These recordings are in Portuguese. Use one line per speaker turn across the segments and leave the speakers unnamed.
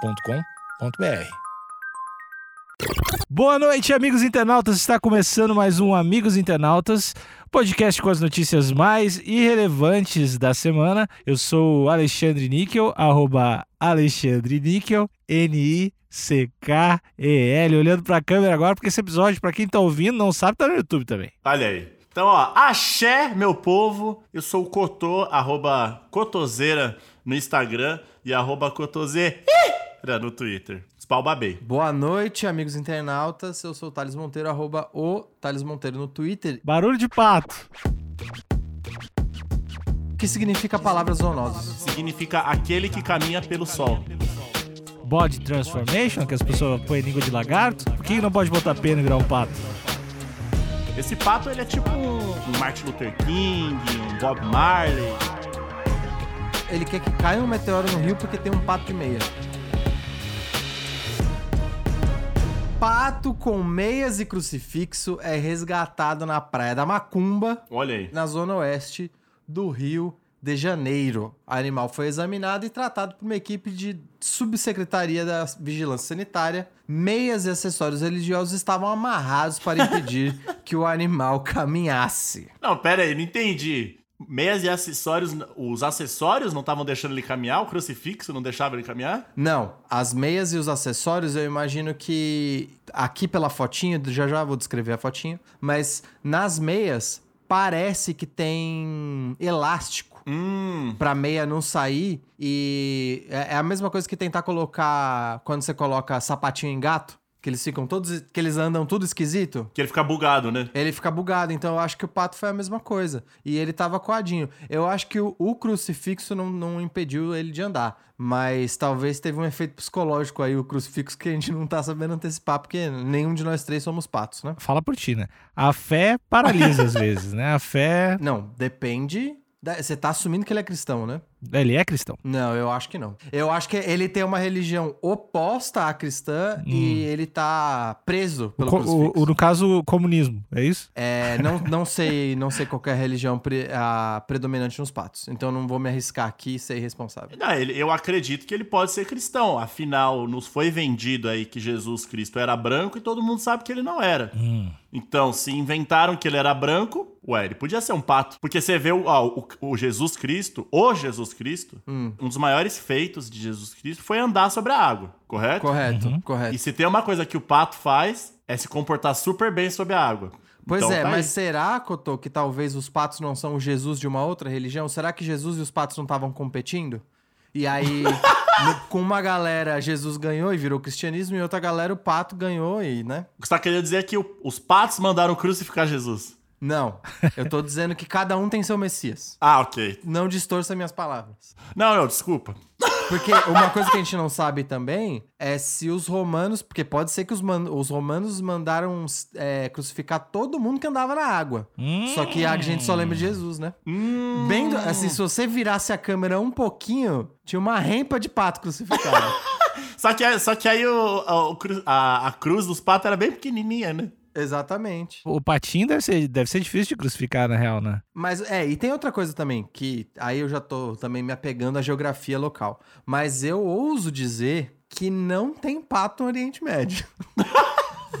agenciadepodcast.com.br.
Boa noite, amigos internautas. Está começando mais um Amigos Internautas, podcast com as notícias mais irrelevantes da semana. Eu sou o Alexandre Níquel, arroba Alexandre Níquel, N-I-C-K-E-L. Olhando para a câmera agora, porque esse episódio, para quem tá ouvindo, não sabe, tá no YouTube também.
Olha aí. Então, ó, axé, meu povo. Eu sou o Cotô, arroba Cotoseira no Instagram e arroba Cotoseira no Twitter. Spalbabei.
Boa noite, amigos internautas. Eu sou o Thales Monteiro, arroba o Thales Monteiro no Twitter,
Barulho de pato.
que significa palavras zoonoses.
Significa aquele que caminha pelo sol.
Body transformation, que as pessoas põem língua de lagarto. Por que não pode botar pena e virar um pato?
Esse pato, ele é tipo um Martin Luther King, um Bob Marley.
Ele quer que caia um meteoro no rio porque tem um pato de meia. Pato com meias e crucifixo é resgatado na praia da Macumba,
Olha aí.
na zona oeste do Rio de Janeiro. O animal foi examinado e tratado por uma equipe de subsecretaria da Vigilância Sanitária. Meias e acessórios religiosos estavam amarrados para impedir que o animal caminhasse.
Não, pera aí, não entendi. Meias e acessórios, os acessórios não estavam deixando ele caminhar? O crucifixo não deixava ele caminhar?
Não, as meias e os acessórios eu imagino que aqui pela fotinha, já já vou descrever a fotinha, mas nas meias parece que tem elástico
Hum,
pra meia não sair e é é a mesma coisa que tentar colocar quando você coloca sapatinho em gato, que eles ficam todos que eles andam tudo esquisito.
que ele fica bugado, né?
Ele fica bugado, então eu acho que o pato foi a mesma coisa. E ele tava coadinho. Eu acho que o, o crucifixo não, não impediu ele de andar. Mas talvez teve um efeito psicológico aí, o crucifixo, que a gente não tá sabendo antecipar, porque nenhum de nós três somos patos, né?
Fala por ti, né? A fé paralisa às vezes, né? A fé.
Não, depende. da- Você tá assumindo que ele é cristão, né?
Ele é cristão.
Não, eu acho que não. Eu acho que ele tem uma religião oposta à cristã e ele tá preso pelo
Hum. Co-
crucifixo.
o- o- no caso, o comunismo, é isso?
É, não, não sei, não sei qual que é a religião pre- a predominante nos patos. Então não vou me arriscar aqui e ser irresponsável.
Não, ele- eu acredito que ele pode ser cristão. Afinal, nos foi vendido aí que Jesus Cristo era branco e todo mundo sabe que ele não era. Então, se inventaram que ele era branco, ué, ele podia ser um pato. Porque você vê o, ó, o- o Jesus Cristo, o Jesus Cristo,
Hum.
um dos maiores feitos de Jesus Cristo foi andar sobre a água, correto?
Correto,
Uhum.
correto.
E se tem uma coisa que o pato faz, é se comportar super bem sobre a água.
Pois
Então
é,
tá aí.
mas será, Cotô, que talvez os patos não são o Jesus de uma outra religião? Será que Jesus e os patos não estavam competindo? E aí, no- com uma galera, Jesus ganhou e virou cristianismo, e outra galera, o pato ganhou e, né?
O que você tá querendo dizer é que o- os patos mandaram crucificar Jesus.
Não, eu tô dizendo que cada um tem seu Messias.
Ah, ok.
Não distorça minhas palavras.
Não, não, desculpa.
Porque uma coisa que a gente não sabe também é se os romanos. Porque pode ser que os, man- os romanos mandaram é, crucificar todo mundo que andava na água. Só que a gente só lembra de Jesus, né?
Hum.
Bem, do- assim, se você virasse a câmera um pouquinho, tinha uma rampa de pato crucificado.
Só que, só que aí o, a- o cru- a, a cruz dos patos era bem pequenininha, né?
Exatamente.
O patinho deve ser, deve ser difícil de crucificar, na real, né?
Mas é, e tem outra coisa também, que aí eu já tô também me apegando à geografia local. Mas eu ouso dizer que não tem pato no Oriente Médio.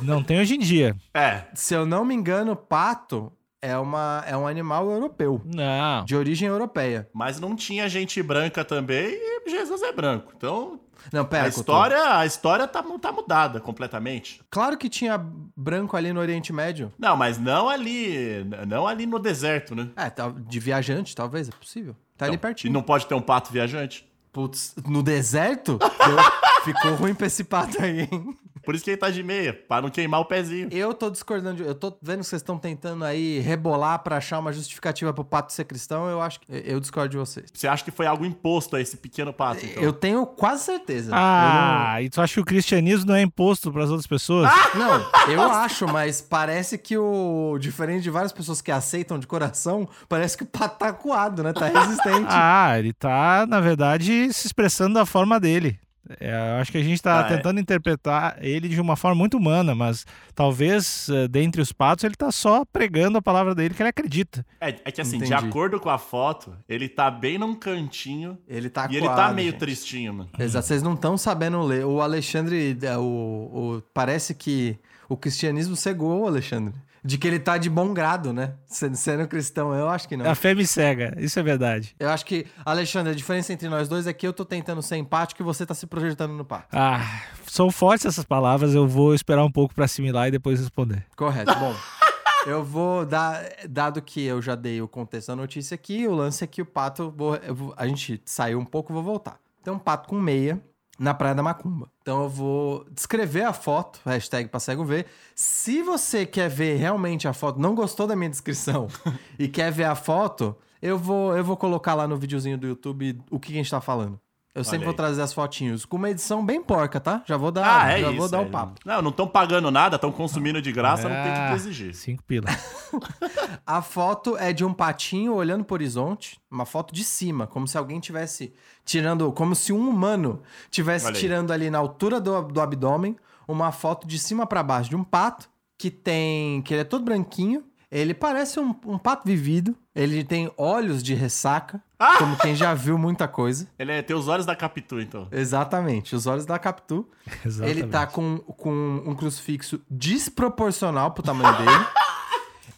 Não tem hoje em dia.
É.
Se eu não me engano, pato é, uma, é um animal europeu,
Não.
de origem europeia.
Mas não tinha gente branca também e Jesus é branco. Então,
Não, pera,
a
Couto.
história, a história tá, mu- tá mudada completamente.
Claro que tinha branco ali no Oriente Médio.
Não, mas não ali. Não ali no deserto, né?
É, tal- de viajante, talvez, é possível. Tá ali
Então,
pertinho.
E não pode ter um pato viajante.
Putz, no deserto? Deu- Ficou ruim pra esse pato aí, hein?
Por isso que ele tá de meia, pra não queimar o pezinho.
Eu tô discordando, de- eu tô vendo que vocês estão tentando aí rebolar pra achar uma justificativa pro pato ser cristão, eu acho que... Eu discordo de vocês.
Você acha que foi algo imposto a esse pequeno pato, então?
Eu tenho quase certeza.
Ah, e tu acha que o cristianismo não é imposto pras outras pessoas?
Ah,
Não, eu acho, mas parece que o. Diferente de várias pessoas que aceitam de coração, parece que o pato tá coado, né? Tá resistente.
Ah, ele tá, na verdade, se expressando da forma dele. É, eu acho que a gente está
Ah, é.
tentando interpretar ele de uma forma muito humana, mas talvez eh, dentre os patos ele está só pregando a palavra dele que ele acredita.
É, é que assim, de
Entendi.
acordo com a foto, ele tá bem num cantinho
Ele tá
e ele tá
acuado,
meio
gente.
tristinho, mano.
Exato, vocês não estão sabendo ler. O Alexandre, é, o, o- parece que o cristianismo cegou o Alexandre. De que ele tá de bom grado, né? Sendo, sendo cristão, eu acho que não.
A fé me cega, isso é verdade.
Eu acho que, Alexandre, a diferença entre nós dois é que eu tô tentando ser empático e você tá se projetando no pato.
Ah, são fortes essas palavras, eu vou esperar um pouco para assimilar e depois responder.
Correto, bom. Eu vou dar, dado que eu já dei o contexto da notícia aqui, o lance é que o pato, vou- eu vou- a gente saiu um pouco, vou voltar. Tem um pato com meia na Praia da Macumba. Então eu vou descrever a foto, hashtag pra cego ver. Se você quer ver realmente a foto, não gostou da minha descrição e quer ver a foto, eu vou, eu vou colocar lá no videozinho do YouTube o que, que a gente tá falando. Eu sempre
Olha
vou
aí.
trazer as fotinhos com uma edição bem porca, tá? Já vou dar,
Ah, é
já
isso.
vou dar
é.
o papo. É.
Não, não estão pagando nada, estão consumindo de graça, não tem o
Ah.
que exigir.
Cinco pilas.
A foto é de um patinho olhando pro horizonte, uma foto de cima, como se alguém tivesse tirando, como se um humano tivesse
Olha aí.
tirando ali na altura do, do abdômen, uma foto de cima pra baixo de um pato que tem, que ele é todo branquinho, ele parece um, um pato vivido, ele tem olhos de ressaca,
Ah!
como quem já viu muita coisa.
Ele é, tem os olhos da Capitu, então.
Exatamente, os olhos da Capitu.
Exatamente.
Ele tá com, com um crucifixo desproporcional pro tamanho dele.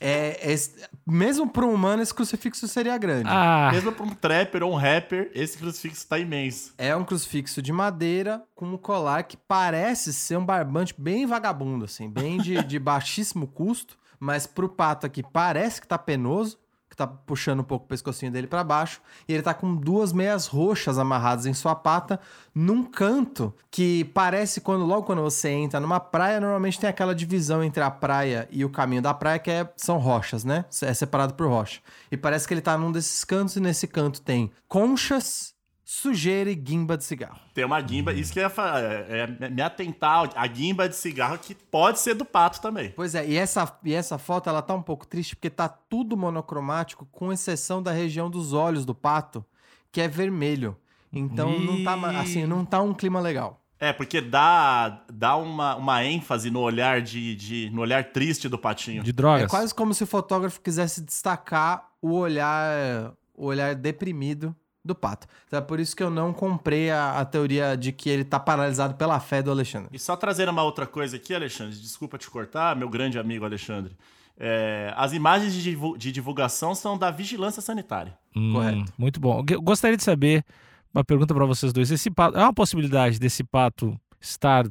É, esse- mesmo pro humano, esse crucifixo seria grande.
Ah,
Mesmo pra um trapper ou um rapper, esse crucifixo tá imenso.
É um crucifixo de madeira com um colar que parece ser um barbante bem vagabundo, assim, bem de, de baixíssimo custo, mas pro pato aqui parece que tá penoso, que tá puxando um pouco o pescocinho dele pra baixo, e ele tá com duas meias roxas amarradas em sua pata, num canto que parece quando logo quando você entra numa praia, normalmente tem aquela divisão entre a praia e o caminho da praia que é- são rochas, né? É separado por rocha. E parece que ele tá num desses cantos e nesse canto tem conchas sujeira e guimba de cigarro.
Tem uma guimba,
Hum.
isso que eu ia falar, é, é me atentar, a guimba de cigarro que pode ser do pato também.
Pois é, e essa, e essa foto ela tá um pouco triste porque tá tudo monocromático, com exceção da região dos olhos do pato, que é vermelho. Então não tá ma- assim, não tá um clima legal.
É, porque dá, dá uma, uma ênfase no olhar de, de- no olhar triste do patinho.
de drogas.
É quase como se o fotógrafo quisesse destacar o olhar, o olhar deprimido do pato. Então é por isso que eu não comprei a, a teoria de que ele tá paralisado pela fé do Alexandre.
E só trazer uma outra coisa aqui, Alexandre, desculpa te cortar, meu grande amigo Alexandre. É, as imagens de, divu- de divulgação são da vigilância sanitária.
Hum,
Correto.
Muito bom. Eu gostaria de saber uma pergunta para vocês dois. Esse pato, é uma possibilidade desse pato estar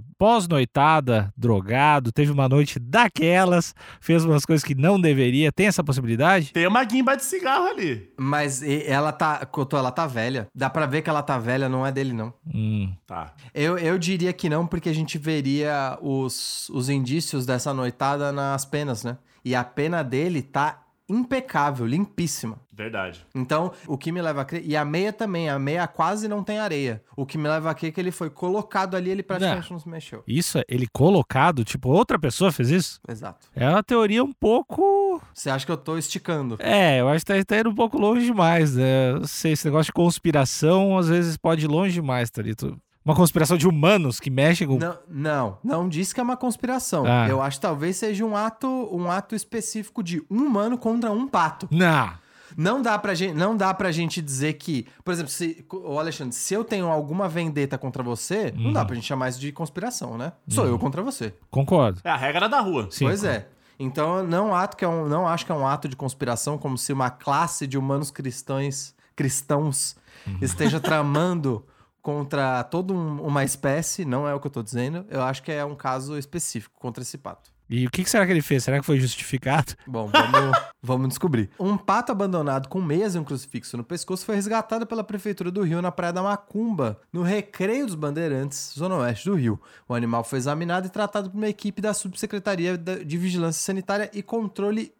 pós-noitada, drogado, teve uma noite daquelas, fez umas coisas que não deveria. Tem essa possibilidade?
Tem uma guimba de cigarro ali.
Mas e- ela tá, Cotô, ela tá velha. Dá pra ver que ela tá velha, não é dele não.
Hum,
Tá.
Eu, eu diria que não, porque a gente veria os, os indícios dessa noitada nas penas, né? E a pena dele tá impecável, limpíssima.
Verdade.
Então, o que me leva a crer. E a meia também, a meia quase não tem areia. O que me leva a crer que ele foi colocado ali, ele praticamente não, se mexeu.
isso é ele colocado, tipo, outra pessoa fez isso?
Exato.
É uma teoria um pouco.
Você acha que eu tô esticando?
É, eu acho que tá, tá indo um pouco longe demais, né? Eu Não sei, esse negócio de conspiração às vezes pode ir longe demais, Thalito. Uma conspiração de humanos que mexem com.
Não, não, não disse que é uma conspiração.
Ah.
Eu acho que talvez seja um ato, um ato específico de um humano contra um pato.
Não.
Não dá pra gente, não dá pra gente dizer que, por exemplo, se o Alexandre, se eu tenho alguma vendeta contra você, não dá pra gente chamar isso de conspiração, né? Sou eu contra você.
Concordo.
É a regra da rua.
Sim.
pois é. Então, eu não ato que é um, não acho que é um ato de conspiração como se uma classe de humanos cristãos, cristãos esteja tramando contra toda um- uma espécie, não é o que eu tô dizendo. Eu acho que é um caso específico contra esse pato.
E o que que será que ele fez? Será que foi justificado?
Bom, vamos, vamos descobrir. Um pato abandonado com meias e um crucifixo no pescoço foi resgatado pela Prefeitura do Rio na Praia da Macumba, no Recreio dos Bandeirantes, zona oeste do Rio. O animal foi examinado e tratado por uma equipe da Subsecretaria da- de Vigilância Sanitária e Controle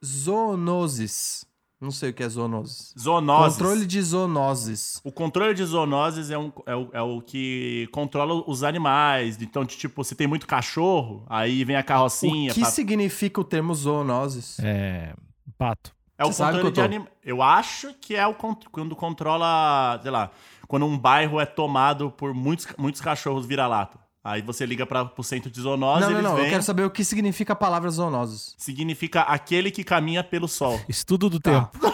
Zoonoses. Não sei o que é zoonoses.
Zoonoses.
Controle de zoonoses.
O controle de zoonoses é, um- é o, é o que controla os animais. Então, de, tipo, se tem muito cachorro, aí vem a carrocinha. tá?
o que
pra-
significa o termo zoonoses?
É. Pato.
É o
Você sabe,
controle de
Totó?
animais. Eu acho que é o con- quando controla, sei lá, quando um bairro é tomado por muitos, muitos cachorros vira-lata. Aí você liga para o centro de zoonose
não, não,
eles
não.
vêm.
Eu quero saber o que significa a palavra zoonoses.
Significa aquele que caminha pelo sol.
Estudo do
Tá.
tempo.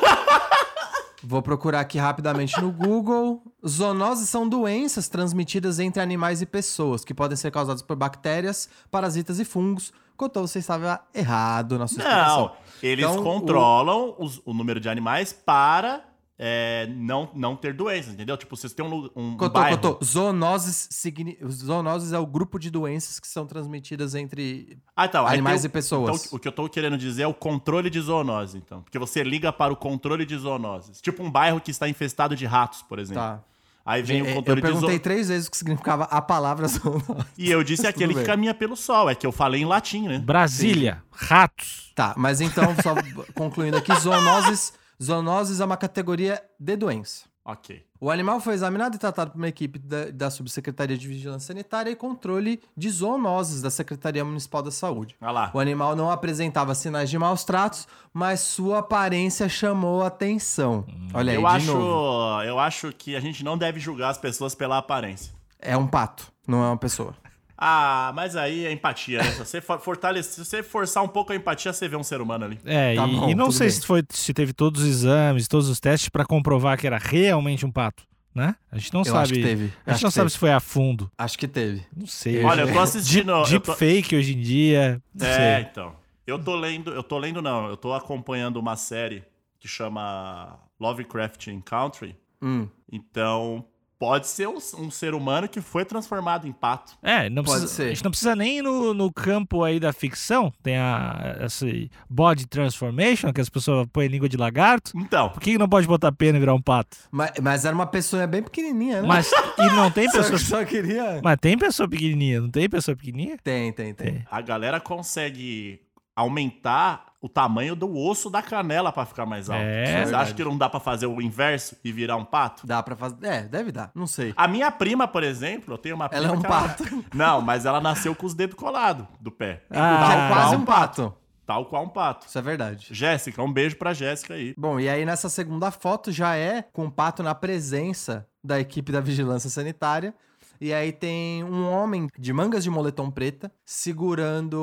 Vou procurar aqui rapidamente no Google. Zoonoses são doenças transmitidas entre animais e pessoas, que podem ser causadas por bactérias, parasitas e fungos. Cotô, você estava errado na sua explicação.
Não, eles
Então, o-
controlam os- o número de animais para é, não, não ter doenças, entendeu? Tipo, vocês têm um, lu- um
Cotô,
bairro...
Cotô, zoonoses, signi... zoonoses é o grupo de doenças que são transmitidas entre
Ah, então, aí
animais
tem
e
o-
pessoas.
Então, o que eu tô querendo dizer é o controle de zoonose, então. Porque você liga para o controle de zoonoses. Tipo um bairro que está infestado de ratos, por exemplo.
Tá.
Aí vem o
Eu
controle de
perguntei
zoonose.
três vezes o que significava a palavra zoonose.
E eu disse aquele que
bem.
caminha pelo sol. É que eu falei em latim, né?
Brasília, ratos.
Tá, mas então, só concluindo aqui, zoonoses, zoonoses é uma categoria de doença.
Ok.
O animal foi examinado e tratado por uma equipe da, da Subsecretaria de Vigilância Sanitária e Controle de Zoonoses da Secretaria Municipal da Saúde.
Olha lá.
O animal não apresentava sinais de maus tratos, mas sua aparência chamou atenção.
Hum.
Olha aí,
Eu
de
acho,
novo.
eu acho que a gente não deve julgar as pessoas pela aparência.
É um pato, não é uma pessoa.
Ah, mas aí é empatia, né? Se você, for- fortalecer, se você forçar um pouco a empatia, você vê um ser humano ali.
É,
Tá
e,
bom,
e não
tudo
sei
bem.
se, foi, se teve todos os exames, todos os testes pra comprovar que era realmente um pato, né? A gente não
Eu
sabe.
acho que teve.
A gente
acho
não
que
sabe
teve.
se foi a fundo.
Acho que teve.
Não sei.
Olha, eu tô assistindo. eu
Deep
tô-
fake hoje em dia. Não
É,
sei.
então. Eu tô lendo, eu tô lendo não, eu tô acompanhando uma série que chama Lovecraft in Country.
Hum,
Então, pode ser um, um ser humano que foi transformado em pato.
É, não
Pode
precisa,
ser.
a gente não precisa nem ir no, no campo aí da ficção. Tem a, esse body transformation, que as pessoas põem língua de lagarto.
Então,
Por que que não pode botar pena e virar um pato?
mas, mas era uma pessoa bem pequenininha, né?
Mas e não tem
só,
pessoas.
só queria...
Mas tem pessoa pequenininha, não tem pessoa pequenininha?
Tem, tem, tem.
a galera consegue aumentar o tamanho do osso da canela pra ficar mais alto.
É.
Vocês acham que não dá pra fazer o inverso e virar um pato?
Dá pra fazer... É, deve dar, não sei.
A minha prima, por exemplo, eu tenho uma prima
Ela é um
que
pato.
Não, mas ela nasceu com os dedos colados do pé.
Ah.
que é quase
qual
um pato.
Tal qual um pato.
Isso é verdade.
Jéssica, um beijo pra Jéssica aí.
Bom, e aí nessa segunda foto já é com o pato na presença da equipe da vigilância sanitária. E aí tem um homem de mangas de moletom preta segurando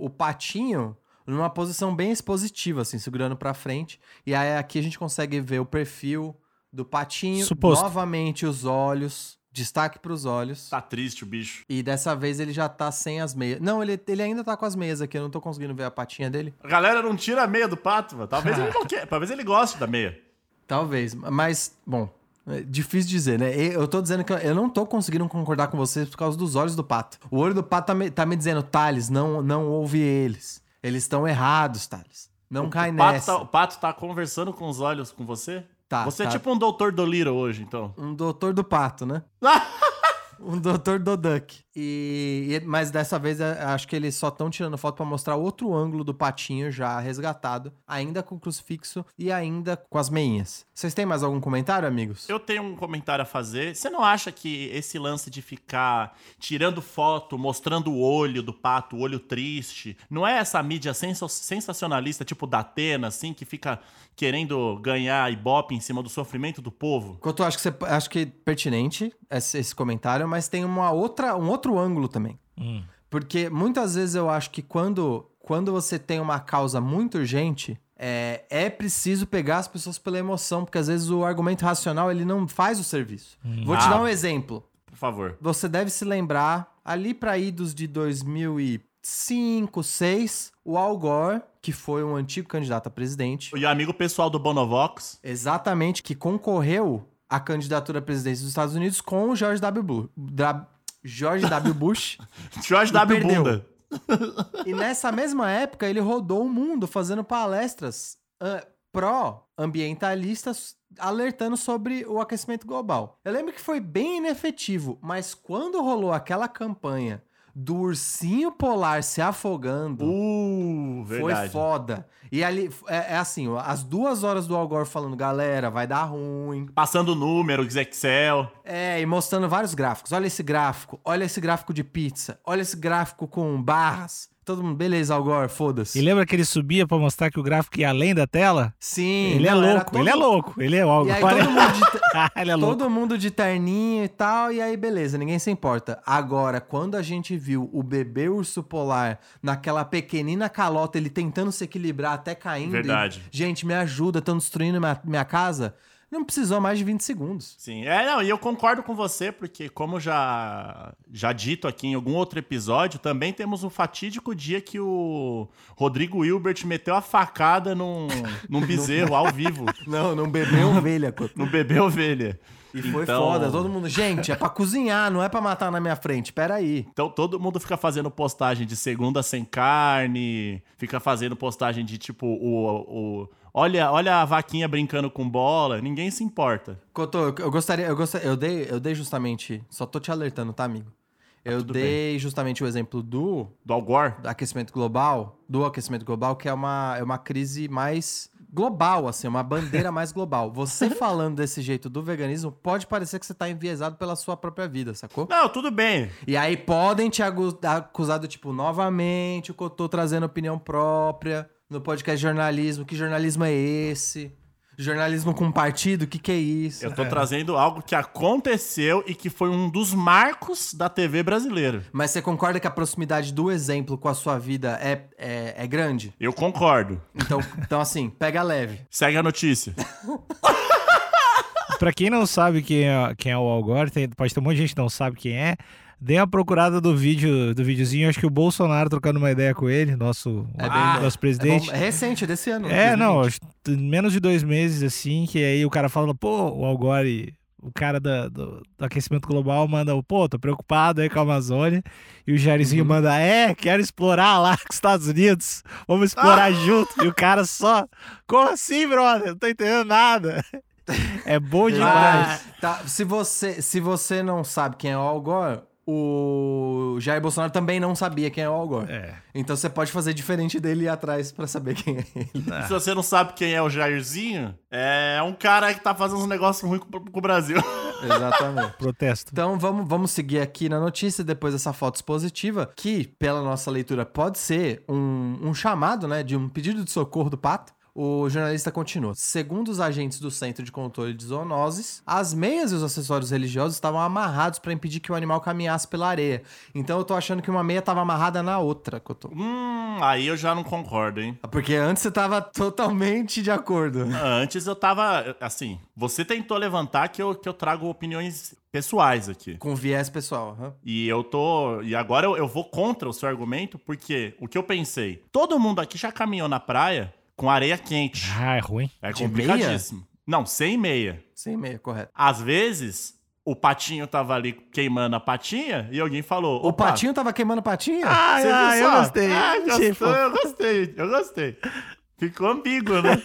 o patinho numa posição bem expositiva, assim, segurando pra frente. E aí aqui a gente consegue ver o perfil do patinho,
Suposto.
novamente os olhos, destaque pros olhos.
Tá triste o bicho.
E dessa vez ele já tá sem as meias. Não, ele, ele ainda tá com as meias aqui, eu não tô conseguindo ver a patinha dele.
A galera não tira a meia do pato, mano. Talvez ele não queira, talvez ele goste da meia.
Talvez, mas, bom, é difícil dizer, né? E Eu tô dizendo que eu- eu não tô conseguindo concordar com vocês por causa dos olhos do pato. O olho do pato tá me, tá me dizendo, Thales, não, não ouve eles. Eles estão errados, Thales. Não cai
o, pato
nessa.
tá, o pato tá conversando com os olhos com você?
Tá,
você
tá.
é tipo um doutor Doliro hoje, então.
Um doutor do pato, né? um doutor do duck. E, e- mas dessa vez é, acho que eles só estão tirando foto pra mostrar outro ângulo do patinho já resgatado, ainda com o crucifixo e ainda com as meinhas. Vocês têm mais algum comentário, amigos?
Eu tenho um comentário a fazer. Você não acha que esse lance de ficar tirando foto, mostrando o olho do pato, o olho triste, não é essa mídia sensa- sensacionalista, tipo da Atena, assim, que fica querendo ganhar ibope em cima do sofrimento do povo?
Couto, acho que, você, acho que é pertinente esse, esse comentário, mas tem uma outra, um outro ângulo também.
Hum.
Porque muitas vezes eu acho que quando, quando você tem uma causa muito urgente, é, é preciso pegar as pessoas pela emoção, porque às vezes o argumento racional ele não faz o serviço. Vou te
Ah.
dar um exemplo.
Por favor.
Você deve se lembrar, ali para idos de 2005, 2006, o Al Gore, que foi um antigo candidato a presidente,
E o amigo pessoal do Bonovox,
Exatamente, que concorreu à candidatura à presidência dos Estados Unidos com o George W. Bu- Dra- George W. Bush.
George W.
perdeu.
Bunda.
e nessa mesma época, ele rodou o mundo fazendo palestras ah, pró-ambientalistas alertando sobre o aquecimento global. Eu lembro que foi bem inefetivo, mas quando rolou aquela campanha do ursinho polar se afogando...
Uh, verdade.
Foi foda. E ali, é, é assim, ó, as duas horas do Al Gore falando, galera, vai dar ruim,
Passando números, Excel.
É, e mostrando vários gráficos. Olha esse gráfico, olha esse gráfico de pizza, olha esse gráfico com barras. Todo mundo, beleza, Algor, foda-se.
E lembra que ele é- subia pra mostrar que o gráfico ia além da tela?
Sim.
Ele é
não, era
louco,
todo-
ele é louco, ele é algo.
E aí todo mundo de, te-
ele é louco.
Todo mundo de terninho e tal, e aí beleza, ninguém se importa. Agora, quando a gente viu o bebê urso polar naquela pequenina calota, ele tentando se equilibrar até caindo. e,
Verdade.
gente, me ajuda, estão destruindo minha, minha casa. Não precisou mais de 20 segundos.
Sim, é, não, e eu concordo com você, porque como já, já dito aqui em algum outro episódio, também temos um fatídico dia que o Rodrigo Hilbert meteu a facada num, num bezerro ao vivo,
Não, não bebeu ovelha. co-
no bebê ovelha.
E foi
Então-
foda, todo mundo. Gente, é pra cozinhar, não é pra matar na minha frente. Peraí.
Então todo mundo fica fazendo postagem de segunda sem carne, fica fazendo postagem de tipo o. o olha, olha a vaquinha brincando com bola, ninguém se importa.
Cotô, eu- eu gostaria, eu gostaria, eu dei, eu dei justamente, só tô te alertando, tá, amigo?
Ah,
Eu
tudo
dei justamente o exemplo do
Do Algor?
do aquecimento global, do aquecimento global, que é uma, é uma crise mais global, assim, uma bandeira mais global. Você falando desse jeito do veganismo, pode parecer que você tá enviesado pela sua própria vida, sacou?
Não, tudo bem.
E aí podem te agu- acusar do tipo, novamente, o Cotô trazendo opinião própria no podcast jornalismo. Que jornalismo é esse? Jornalismo com partido? Que que é isso?
Eu tô trazendo algo que aconteceu e que foi um dos marcos da TV brasileira.
Mas você concorda que a proximidade do exemplo com a sua vida é, é, é grande?
Eu concordo.
Então, então, assim, pega leve.
Segue a notícia.
Pra quem não sabe quem é, quem é o Algor, tem, pode ter um monte de gente que não sabe quem é. Dei uma procurada do vídeo, do videozinho, acho que o Bolsonaro trocando uma ideia com ele, nosso,
É bem bom.
nosso
É bom,
presidente.
É, recente, desse ano.
É, não,
2020.
acho que menos de dois meses, assim, que aí o cara fala, pô, o Algore, o cara da- do, do aquecimento global manda, o, pô, tô preocupado aí com a Amazônia, e o Jairzinho
Uhum.
manda, é, quero explorar lá com os Estados Unidos, vamos
Ah!
explorar junto, e o cara só, como assim, brother, não tô entendendo nada. É bom demais.
Mas, tá, se, você, se você não sabe quem é o Al Gore, o Jair Bolsonaro também não sabia quem é o Al Gore.
É.
Então você pode fazer diferente dele e ir atrás pra saber quem é ele.
Se você não sabe quem é o Jairzinho, é um cara que tá fazendo uns negócios ruins com, com o Brasil.
Exatamente.
Protesto.
Então vamos, vamos seguir aqui na notícia depois dessa foto expositiva, que, pela nossa leitura, pode ser um, um chamado, né? De um pedido de socorro do pato. O jornalista continua. Segundo os agentes do Centro de Controle de Zoonoses, as meias e os acessórios religiosos estavam amarrados para impedir que o animal caminhasse pela areia. Então eu tô achando que uma meia tava amarrada na outra, Cotô.
Hum, aí eu já não concordo, hein?
Porque antes você tava totalmente de acordo.
Antes eu tava. Assim, você tentou levantar que eu, que eu trago opiniões pessoais aqui.
Com viés pessoal. aham.
E eu tô. E agora eu, eu vou contra o seu argumento, porque o que eu pensei? Todo mundo aqui já caminhou na praia com areia quente.
Ah, é ruim.
É
De meia?
complicadíssimo. Não, sem meia.
Sem meia, correto.
Às vezes, o patinho tava ali queimando a patinha e alguém falou:
O
"Opa,
patinho tava queimando patinho?
Ah,
você viu
eu
só?
gostei.
Ah,
Achei
gostou,
fofo.
eu gostei, eu gostei. Ficou ambíguo, né?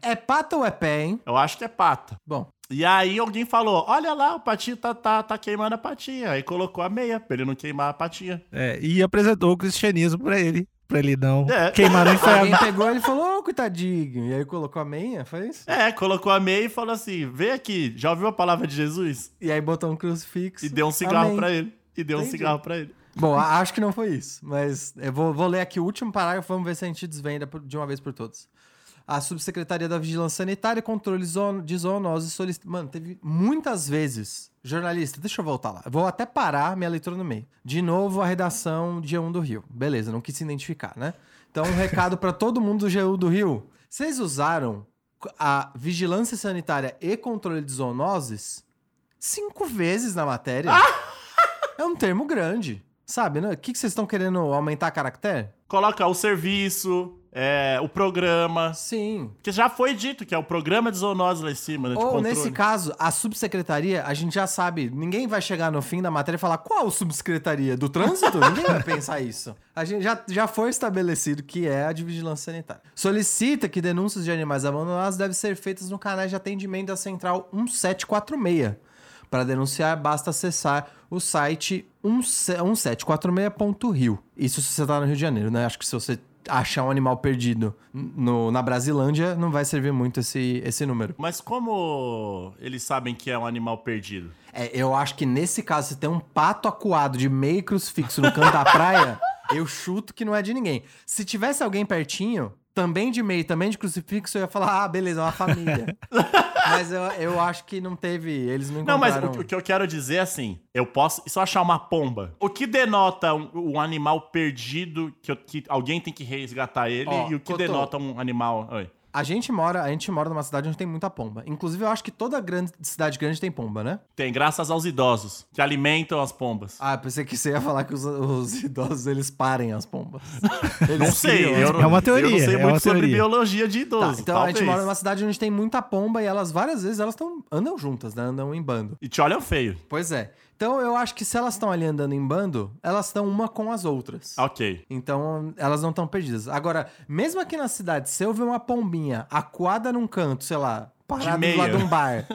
É pata ou é pé, hein?
Eu acho que é pata.
Bom,
E aí alguém falou: Olha lá, o patinho tá, tá, tá queimando a patinha. Aí colocou a meia pra ele não queimar a patinha.
É, e apresentou o cristianismo pra ele, pra ele não
É.
queimar no inferno.
Alguém pegou ele e falou, ô, coitadinho. E aí colocou a meia, foi isso?
É, colocou a meia e falou assim: Vem aqui, já ouviu a palavra de Jesus?
E aí botou um crucifixo.
E deu um cigarro
Amém.
pra ele. E deu um
Entendi.
cigarro pra ele.
Bom, a- acho que não foi isso. Mas eu vou, vou ler aqui o último parágrafo, vamos ver se a gente desvenda por- de uma vez por todas. A Subsecretaria da Vigilância Sanitária e Controle Zoon- de Zoonoses solicita... Mano, teve muitas vezes... Jornalista, deixa eu voltar lá. Vou até parar minha leitura no meio. De novo, a redação dia 1 do Rio. Beleza, não quis se identificar, né? Então, um recado pra todo mundo do GU do Rio. Vocês usaram a vigilância sanitária e controle de zoonoses cinco vezes na matéria. É um termo grande, sabe? né? O que que vocês estão querendo aumentar caractere?
Coloca o serviço, é, o programa.
Sim.
Porque já foi dito que é o programa de zoonose lá em cima, né? De
Ou,
controle.
nesse caso, a subsecretaria, a gente já sabe, ninguém vai chegar no fim da matéria e falar qual subsecretaria? Do trânsito? ninguém vai pensar isso. A gente já, já foi estabelecido que é a de vigilância sanitária. Solicita que denúncias de animais abandonados devem ser feitas no canal de atendimento da Central 1746. Para denunciar, basta acessar o site 1746.rio. Isso se você tá no Rio de Janeiro, né? Acho que se você achar um animal perdido no- na Brasilândia, não vai servir muito esse, esse número.
Mas como eles sabem que é um animal perdido?
É, eu acho que nesse caso, se tem um pato acuado de meio crucifixo no canto da praia, Eu chuto que não é de ninguém. Se tivesse alguém pertinho, também de meio, também de crucifixo, eu ia falar, ah, beleza, é uma família. mas eu, eu acho que não teve, eles não
Não, mas
encontraram.
o, que- o que eu quero dizer é assim, eu posso só achar uma pomba. O que denota um, um animal perdido que, eu- que alguém tem que resgatar ele
Ó,
e o que
Cotô.
denota um animal... Oi.
A gente mora, a gente mora numa cidade onde tem muita pomba. Inclusive, eu acho que toda grande cidade grande tem pomba, né?
Tem graças aos idosos, que alimentam as pombas.
Ah, pensei que você ia falar que os, os idosos eles parem as pombas.
não sei,
criam as
eu não,
É uma
eu não
teoria,
sei
é
muito
uma
sobre
teoria.
biologia de
Tá,
idosos,
então a
talvez.
gente mora numa cidade onde tem muita pomba e elas várias vezes elas tão, andam juntas, né? Andam em bando.
E te olham feio.
Pois é. Então eu acho que se elas estão ali andando em bando, elas estão uma com as outras.
Ok.
Então elas não estão perdidas. Agora, mesmo aqui na cidade, se eu ver uma pombinha aquada num canto, sei lá, parada do
meia.
lado de um bar,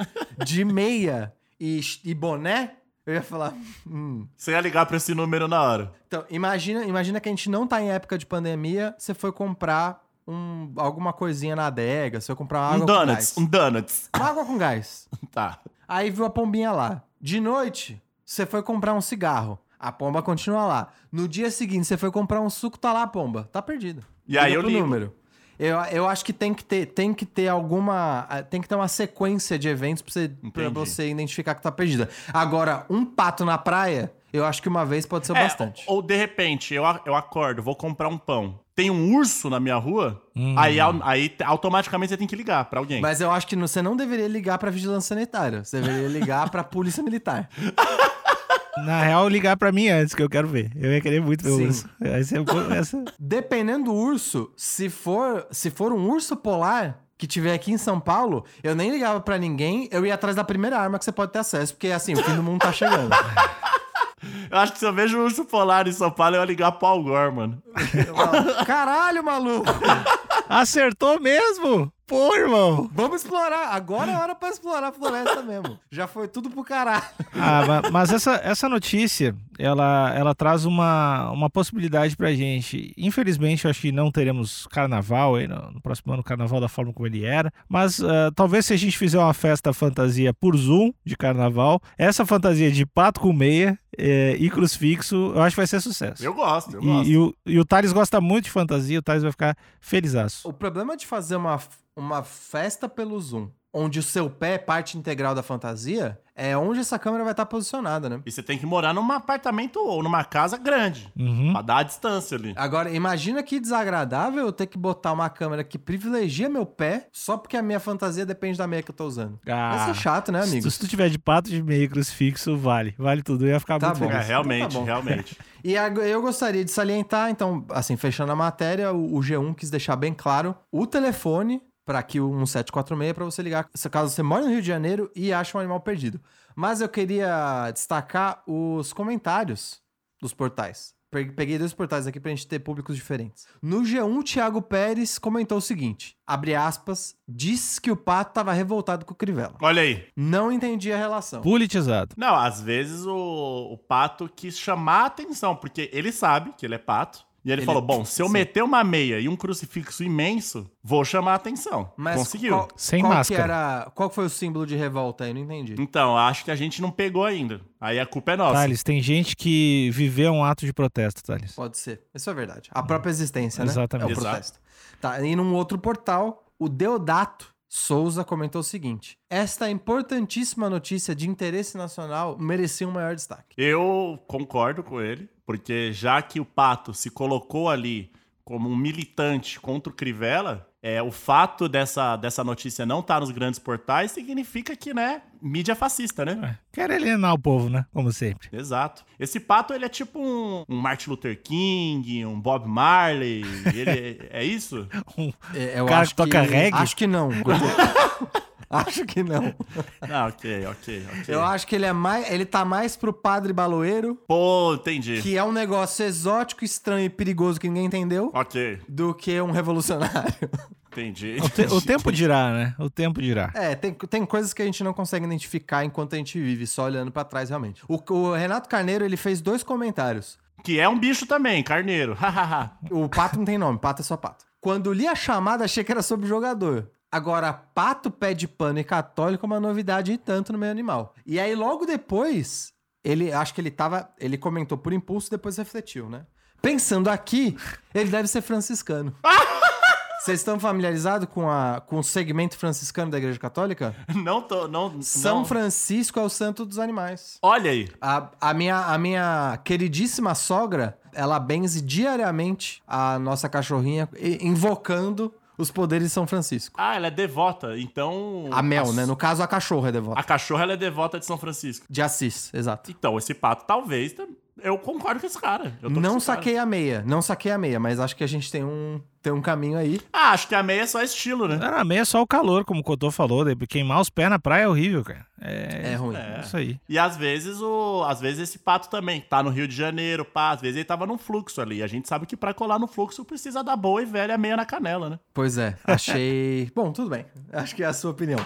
de meia e, e boné, eu ia falar. "Hum,
Você ia ligar pra esse número na hora.
Então, imagina, imagina que a gente não tá em época de pandemia, você foi comprar um, alguma coisinha na adega, você foi comprar uma água
um
com
donuts,
gás.
um donuts.
Uma água com gás.
Tá.
Aí viu a pombinha lá. De noite, você foi comprar um cigarro. A pomba continua lá. No dia seguinte, você foi comprar um suco, tá lá a pomba. Tá perdida.
E aí eu
pro
ligo.
número. Eu, eu acho que tem que ter, tem que ter alguma. ah, Tem que ter uma sequência de eventos pra você, pra
Entendi.
você identificar que tá perdida. Agora, um pato na praia, eu acho que uma vez pode ser o
É,
bastante.
Ou de repente, eu, a- eu acordo, vou comprar um pão. Tem um urso na minha rua,
Hum.
aí, au- aí te- automaticamente você tem que ligar pra alguém.
Mas eu acho que não- você não deveria ligar pra vigilância sanitária. Você deveria ligar pra polícia militar.
Na real, ligar pra mim antes, que eu quero ver. Eu ia querer muito ver
Sim.
o urso. Essa é boa- essa-
Dependendo do urso, se for, se for um urso polar que tiver aqui em São Paulo, eu nem ligava pra ninguém, eu ia atrás da primeira arma que você pode ter acesso, porque assim, o fim do mundo tá chegando.
Eu acho que se eu vejo um urso polar em São Paulo, eu ia ligar pro Al Gore, mano.
Eu falo, Caralho, maluco!
Acertou mesmo? Pô, irmão.
Vamos explorar! Agora é hora pra explorar a floresta mesmo. Já foi tudo pro caralho.
Ah, ma- mas, essa, essa notícia, ela, ela traz uma, uma possibilidade pra gente. Infelizmente, eu acho que não teremos carnaval aí no, no próximo ano, carnaval da forma como ele era. Mas ah, talvez se a gente fizer uma festa fantasia por Zoom de carnaval, essa fantasia de pato com meia eh, e crucifixo, eu acho que vai ser sucesso.
Eu gosto, eu gosto.
E, e o, e o Thales gosta muito de fantasia, o Thales vai ficar felizaço.
O problema de fazer uma, uma festa pelo Zoom, onde o seu pé é parte integral da fantasia, é onde essa câmera vai estar posicionada, né?
E você tem que morar num apartamento ou numa casa grande.
Uhum.
Pra dar a distância ali.
Agora, imagina que desagradável eu ter que botar uma câmera que privilegia meu pé só porque a minha fantasia depende da meia que eu tô usando. Vai ser chato, né,
Ah, se,
amigo?
tu- se tu tiver de pato de meia e crucifixo, vale. Vale tudo. Eu ia ficar
Tá
muito
bom.
É,
feliz.
realmente,
Então tá bom.
realmente.
E ag- eu gostaria de salientar, então, assim, fechando a matéria, o o G1 quis deixar bem claro o telefone para que o 1746 para você ligar, se- caso você mora no Rio de Janeiro e ache um animal perdido. Mas eu queria destacar os comentários dos portais. Pe- Peguei dois portais aqui pra gente ter públicos diferentes. No G1, o Thiago Pérez comentou o seguinte: abre aspas, disse que o pato tava revoltado com o Crivella.
Olha aí.
Não entendi a relação.
Politizado.
Não, às vezes o, o pato quis chamar a atenção, porque ele sabe que ele é pato. E ele,
Ele-
falou: bom, se eu
sim.
meter uma meia e um crucifixo imenso, vou chamar a atenção. Conseguiu.
qual-
Sem
qual que
máscara.
era- qual foi o símbolo de revolta aí? Não entendi.
Então, acho que a gente não pegou ainda. Aí a culpa é nossa.
Thales, tem gente que viveu um ato de protesto, Thales.
Pode ser. Isso é verdade. A própria existência, né?
Hum. Exatamente.
É o
Exato.
protesto. Tá, e num outro portal, o Deodato Souza comentou o seguinte: Esta importantíssima notícia de interesse nacional merecia um maior destaque.
Eu concordo com ele, porque já que o pato se colocou ali como um militante contra o Crivella, é, o fato dessa, dessa notícia não estar nos grandes portais significa que, né, mídia fascista, né?
É. Quer alienar o povo, né? Como sempre.
Exato. Esse pato, ele é tipo um, um Martin Luther King, um Bob Marley. Ele é, é isso?
É, Eu
Cara
acho
que toca
que...
reggae?
Acho que não. Guto. acho que não.
Ah, ok, ok, ok.
Eu acho que ele é mais. Ele tá mais pro padre baloeiro,
Pô, entendi.
que é um negócio exótico, estranho e perigoso que ninguém entendeu,
Ok,
do que um revolucionário.
entendi.
O, te- o tempo dirá, né? O tempo dirá.
É, tem, tem coisas que a gente não consegue identificar enquanto a gente vive, só olhando pra trás realmente. O, o Renato Carneiro, ele fez dois comentários.
Que é um bicho também, carneiro. Hahaha.
O pato não tem nome, pato é só pato. Quando li a chamada, achei que era sobre o jogador. Agora, pato, pé de pano e católico é uma novidade e tanto no meio animal. E aí, logo depois, ele, acho que ele tava, ele comentou por impulso e depois refletiu, né? Pensando aqui, ele deve ser franciscano. Vocês estão familiarizados com, a, com o segmento franciscano da Igreja Católica?
Não tô. Não,
São
não.
Francisco é o santo dos animais.
Olha aí.
A, a minha, a minha queridíssima sogra, ela benze diariamente a nossa cachorrinha, e- invocando os poderes de São Francisco.
Ah, ela é devota, então.
A Mel,
a-
né? No caso, a cachorra é devota.
A cachorra ela é devota de São Francisco.
De Assis, exato.
Então, esse pato talvez. tá- Eu concordo com esse cara. Eu tô com
Não
esse cara.
saquei a meia, não saquei a meia, mas acho que a gente tem um, tem um caminho aí.
Ah, acho que a meia é só estilo, né?
Não, na meia é só o calor, como o Cotô falou. né? Queimar os pés na praia é horrível, cara. É,
É ruim.
é isso aí.
E às vezes o. Às vezes esse pato também. Tá no Rio de Janeiro, pá. Às vezes ele tava num fluxo ali. A gente sabe que pra colar no fluxo precisa da boa e velha meia na canela, né?
Pois é, achei. Bom, tudo bem. Acho que é a sua opinião.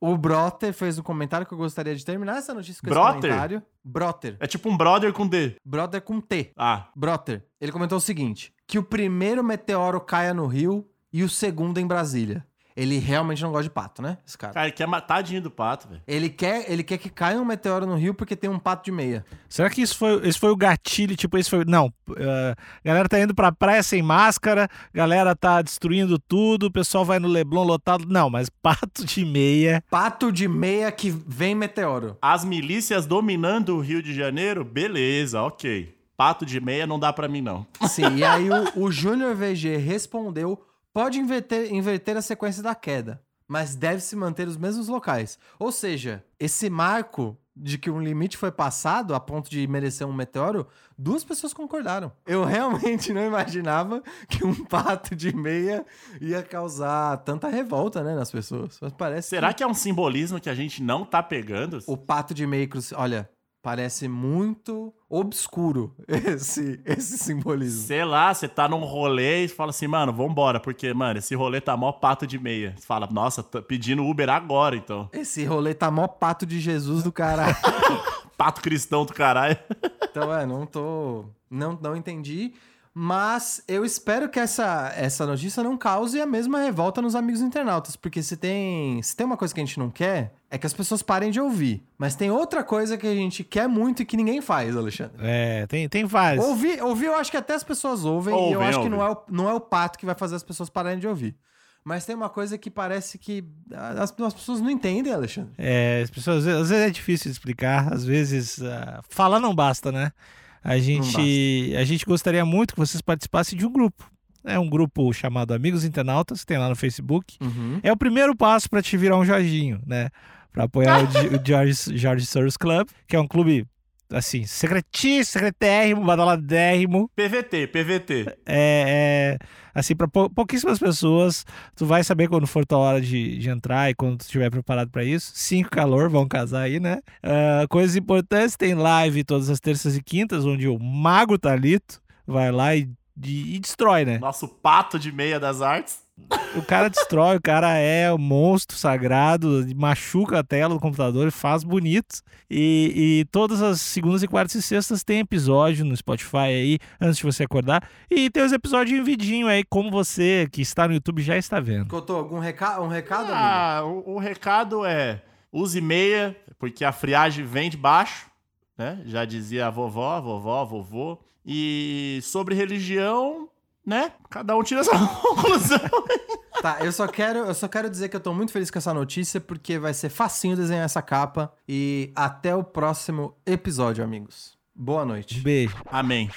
O Broter fez um comentário que eu gostaria de terminar essa notícia com
Brotter?
esse comentário. Broter.
É tipo um brother com D.
Broter com T.
Ah,
Broter. Ele comentou o seguinte: que o primeiro meteoro caia no Rio e o segundo em Brasília. Ele realmente não gosta de pato, né? Esse cara.
cara, ele quer matadinho do pato, velho.
Ele quer, ele quer que caia um meteoro no Rio porque tem um pato de meia.
Será que isso foi, esse foi o gatilho? Tipo, esse foi. Não, ah, galera tá indo pra praia sem máscara, galera tá destruindo tudo, o pessoal vai no Leblon lotado. Não, mas pato de meia.
Pato de meia que vem meteoro.
As milícias dominando o Rio de Janeiro, beleza, ok. Pato de meia não dá pra mim, não.
Sim, e aí o, o Júnior VG respondeu: pode inverter, inverter a sequência da queda, mas deve se manter os mesmos locais. Ou seja, esse marco de que um limite foi passado a ponto de merecer um meteoro, duas pessoas concordaram. Eu realmente não imaginava que um pato de meia ia causar tanta revolta, né, nas pessoas. Mas parece
Será que é um simbolismo que a gente não tá pegando?
o pato de meia cruci... olha, parece muito obscuro esse esse simbolismo.
Sei lá, você tá num rolê e fala assim, mano, vambora, porque, mano, esse rolê tá mó pato de meia. Você fala, nossa, tô pedindo Uber agora, então.
Esse rolê tá mó pato de Jesus do caralho.
Pato cristão do caralho.
Então, é, não tô. Não, não entendi. Mas eu espero que essa, essa notícia não cause a mesma revolta nos amigos internautas. Porque se tem, se tem uma coisa que a gente não quer, é que as pessoas parem de ouvir. Mas tem outra coisa que a gente quer muito e que ninguém faz, Alexandre.
É, tem, tem vários.
Ouvir, ouvir eu acho que até as pessoas ouvem. e eu
Ouvem,
acho que não
ouvem.
é, o, não é o pato que vai fazer as pessoas pararem de ouvir. Mas tem uma coisa que parece que as, as pessoas não entendem, Alexandre.
É, as pessoas, às vezes- às vezes é difícil de explicar, às vezes ah, falar não basta, né? A gente, a gente gostaria muito que vocês participassem de um grupo. É um grupo chamado Amigos Internautas, que tem lá no Facebook.
Uhum.
É o primeiro passo para te virar um Jorginho, né? Para apoiar o, Gi- o George, George Soros Club, que é um clube, assim, secretíssimo, secretérrimo, badaladérrimo.
PVT, PVT.
É, é, assim, para pouquíssimas pessoas, tu vai saber quando for tua hora de, de entrar e quando tu estiver preparado para isso. Cinco calor, vão casar aí, né? Ah, coisas importantes, tem live todas as terças e quintas, onde o Mago Talito vai lá e, e- e destrói, né?
Nosso pato de meia das artes.
O cara destrói, o cara é um monstro sagrado, machuca a tela do computador e faz bonito. E, e todas as segundas e quartas e sextas tem episódio no Spotify aí, antes de você acordar. E tem os episódios em vidinho aí, como você que está no YouTube já está vendo.
Cotô, algum reca um recado, amigo?
Ah, o, o recado é: use meia, porque a friagem vem de baixo, né? Já dizia a vovó, a vovó, a vovô. E sobre religião, né? Cada um tira essa conclusão.
Tá, eu só quero, eu só quero dizer que eu tô muito feliz com essa notícia, porque vai ser facinho desenhar essa capa. E até o próximo episódio, amigos. Boa noite.
Beijo.
Amém.